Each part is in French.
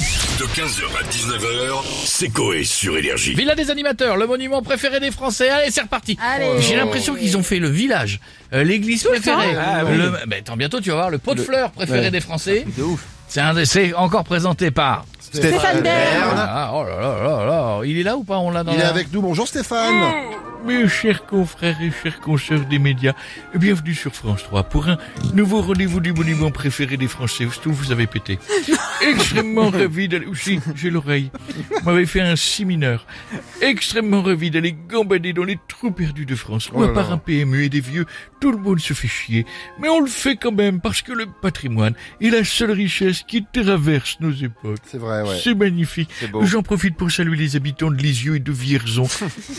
De 15h à 19h, c'est Coé sur Énergie. Villa des animateurs, le monument préféré des Français. Allez, c'est reparti. Allez. J'ai l'impression qu'ils ont fait le village, euh, l'église préférée. le, ben, tant bientôt, tu vas voir le pot de fleurs préféré des Français. De ouf. C'est un des- c'est encore présenté par. Stéphane Bern. Ah, oh là là là là. Il est là ou pas On l'a dans Il est la- avec nous, bonjour Stéphane Mes chers confrères et chères consoeurs des médias, bienvenue sur France 3 pour un nouveau rendez-vous du monument préféré des Français. Je trouve que vous avez pété. Extrêmement ravi d'aller... Si, j'ai l'oreille. Vous m'avez fait un si mineur. Extrêmement ravi d'aller gambader dans les trous perdus de France. Moi, par un PMU et des vieux, tout le monde se fait chier. Mais on le fait quand même parce que le patrimoine est la seule richesse qui traverse nos époques. C'est vrai, ouais. C'est magnifique. C'est beau. J'en profite pour saluer les habitants de Lisieux et de Vierzon.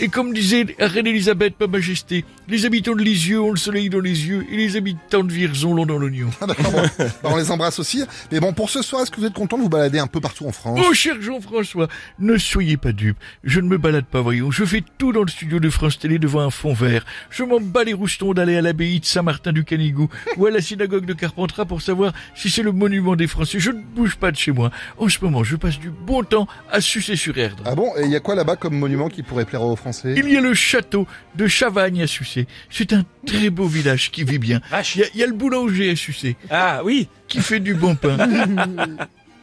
et comme disait la Reine Elisabeth, ma majesté, les habitants de Lisieux ont le soleil dans les yeux et les habitants de Vierzon l'ont dans l'oignon. Ah, d'accord, bon. Bah, on les embrasse aussi. Mais bon, pour ce soir, est-ce que vous êtes content de vous balader un peu partout en France Oh, cher Jean-François, ne soyez pas dupe. Je ne me balade pas, voyons. Je fais tout dans le studio de France Télé devant un fond vert. Je m'en bats les roustons d'aller à l'abbaye de Saint-Martin du Canigou ou à la synagogue de Carpentras pour savoir si c'est le monument des Français. Je ne bouge pas de chez moi. En ce moment, je passe du bon temps à sucer sur erdre. Ah bon Et il y a quoi là-bas comme monument qui pourrait plaire aux Français Il y a le château de Chavagne à Sucé. C'est un très beau village qui vit bien. Il y a, il y a le boulanger à Sucé. Ah oui Qui fait du bon pain.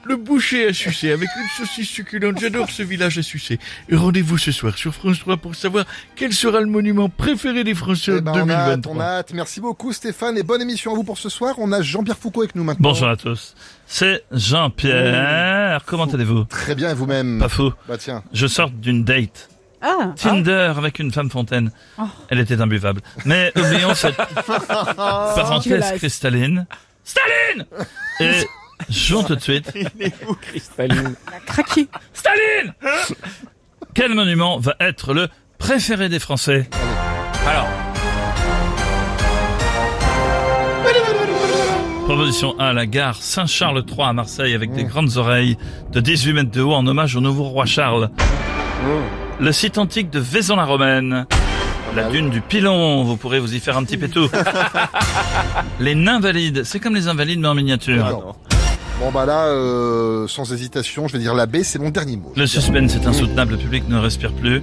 Le boucher à Sucé avec une saucisse succulente. J'adore ce village à Sucé. Et Rendez-vous ce soir sur France 3 pour savoir quel sera le monument préféré des Français Eh en ben, on a hâte, 2023. on a hâte. Merci beaucoup Stéphane et bonne émission à vous pour ce soir. On a Jean-Pierre Foucault avec nous maintenant. Bonjour à tous. C'est Jean-Pierre. Comment allez-vous Très bien, et vous-même Pas fou. Bah tiens. Je sors d'une date. Ah. Tinder avec une femme fontaine. Elle était imbuvable. Mais oublions cette parenthèse dégueulasse. cristalline. Staline Et jouons tout de suite. Craqué. Staline Quel monument va être le préféré des Français Alors. Proposition A, la gare Saint-Charles III à Marseille avec des grandes oreilles de 18 mètres de haut en hommage au nouveau roi Charles. Le site antique de Vaison-la-Romaine. La dune du Pilon, vous pourrez vous y faire un petit pétou. les Ninvalides, c'est comme les Invalides mais en miniature. Bon bah là, euh, sans hésitation, je vais dire la B, c'est mon dernier mot. Le suspense est insoutenable, le public ne respire plus.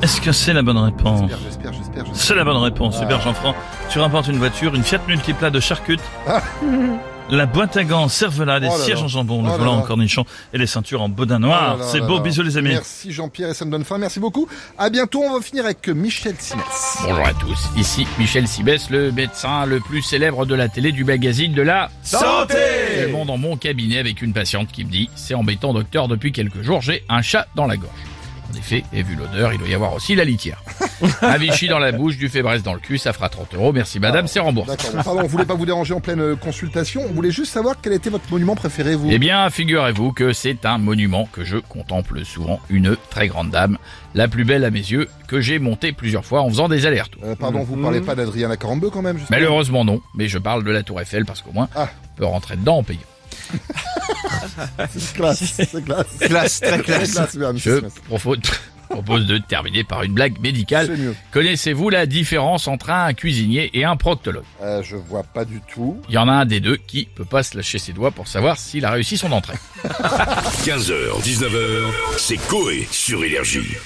Est-ce que c'est la bonne réponse J'espère, j'espère, j'espère. j'espère. C'est la bonne réponse, Ah. super Jean-Franc. Tu remportes une voiture, une Fiat Multipla de charcute, Ah. la boîte à gants cervelade, les Oh là sièges là. en jambon, Oh le là volant en là. cornichon et les ceintures en bodin Oh noir. là là Ah, C'est là beau, là. bisous les amis. Merci Jean-Pierre et ça me donne faim. Merci beaucoup. À bientôt. On va finir avec Michel Simès. Bonjour à tous. Ici Michel Sibès, le médecin le plus célèbre de la télé du magazine de la santé. Bon, dans mon cabinet avec une patiente qui me dit "C'est embêtant docteur, depuis quelques jours, j'ai un chat dans la gorge." En effet, et vu l'odeur, il doit y avoir aussi la litière. un Vichy dans la bouche, du Fébreze dans le cul, ça fera 30 euros. Merci madame, c'est remboursé. D'accord. bon, Pardon, on voulait pas vous déranger en pleine euh, consultation. On voulait juste savoir quel était votre monument préféré, vous. Eh bien, figurez-vous que c'est un monument que je contemple souvent, une très grande dame, la plus belle à mes yeux, que j'ai montée plusieurs fois en faisant des allers-retours. Euh, pardon, vous parlez pas d'Adrien Carambeu quand même, justement. Malheureusement non, mais je parle de la tour Eiffel parce qu'au moins, Ah. on peut rentrer dedans en payant. C'est classe, c'est classe. Classe, très C'est classe. classe, madame Je Smith. propose, propose de terminer par une blague médicale. C'est mieux. Connaissez-vous la différence entre un cuisinier et un proctologue Euh, je vois pas du tout. Il y en a un des deux qui peut pas se lâcher ses doigts pour savoir s'il a réussi son entrée. 15h, 19h, c'est Coé sur Énergie.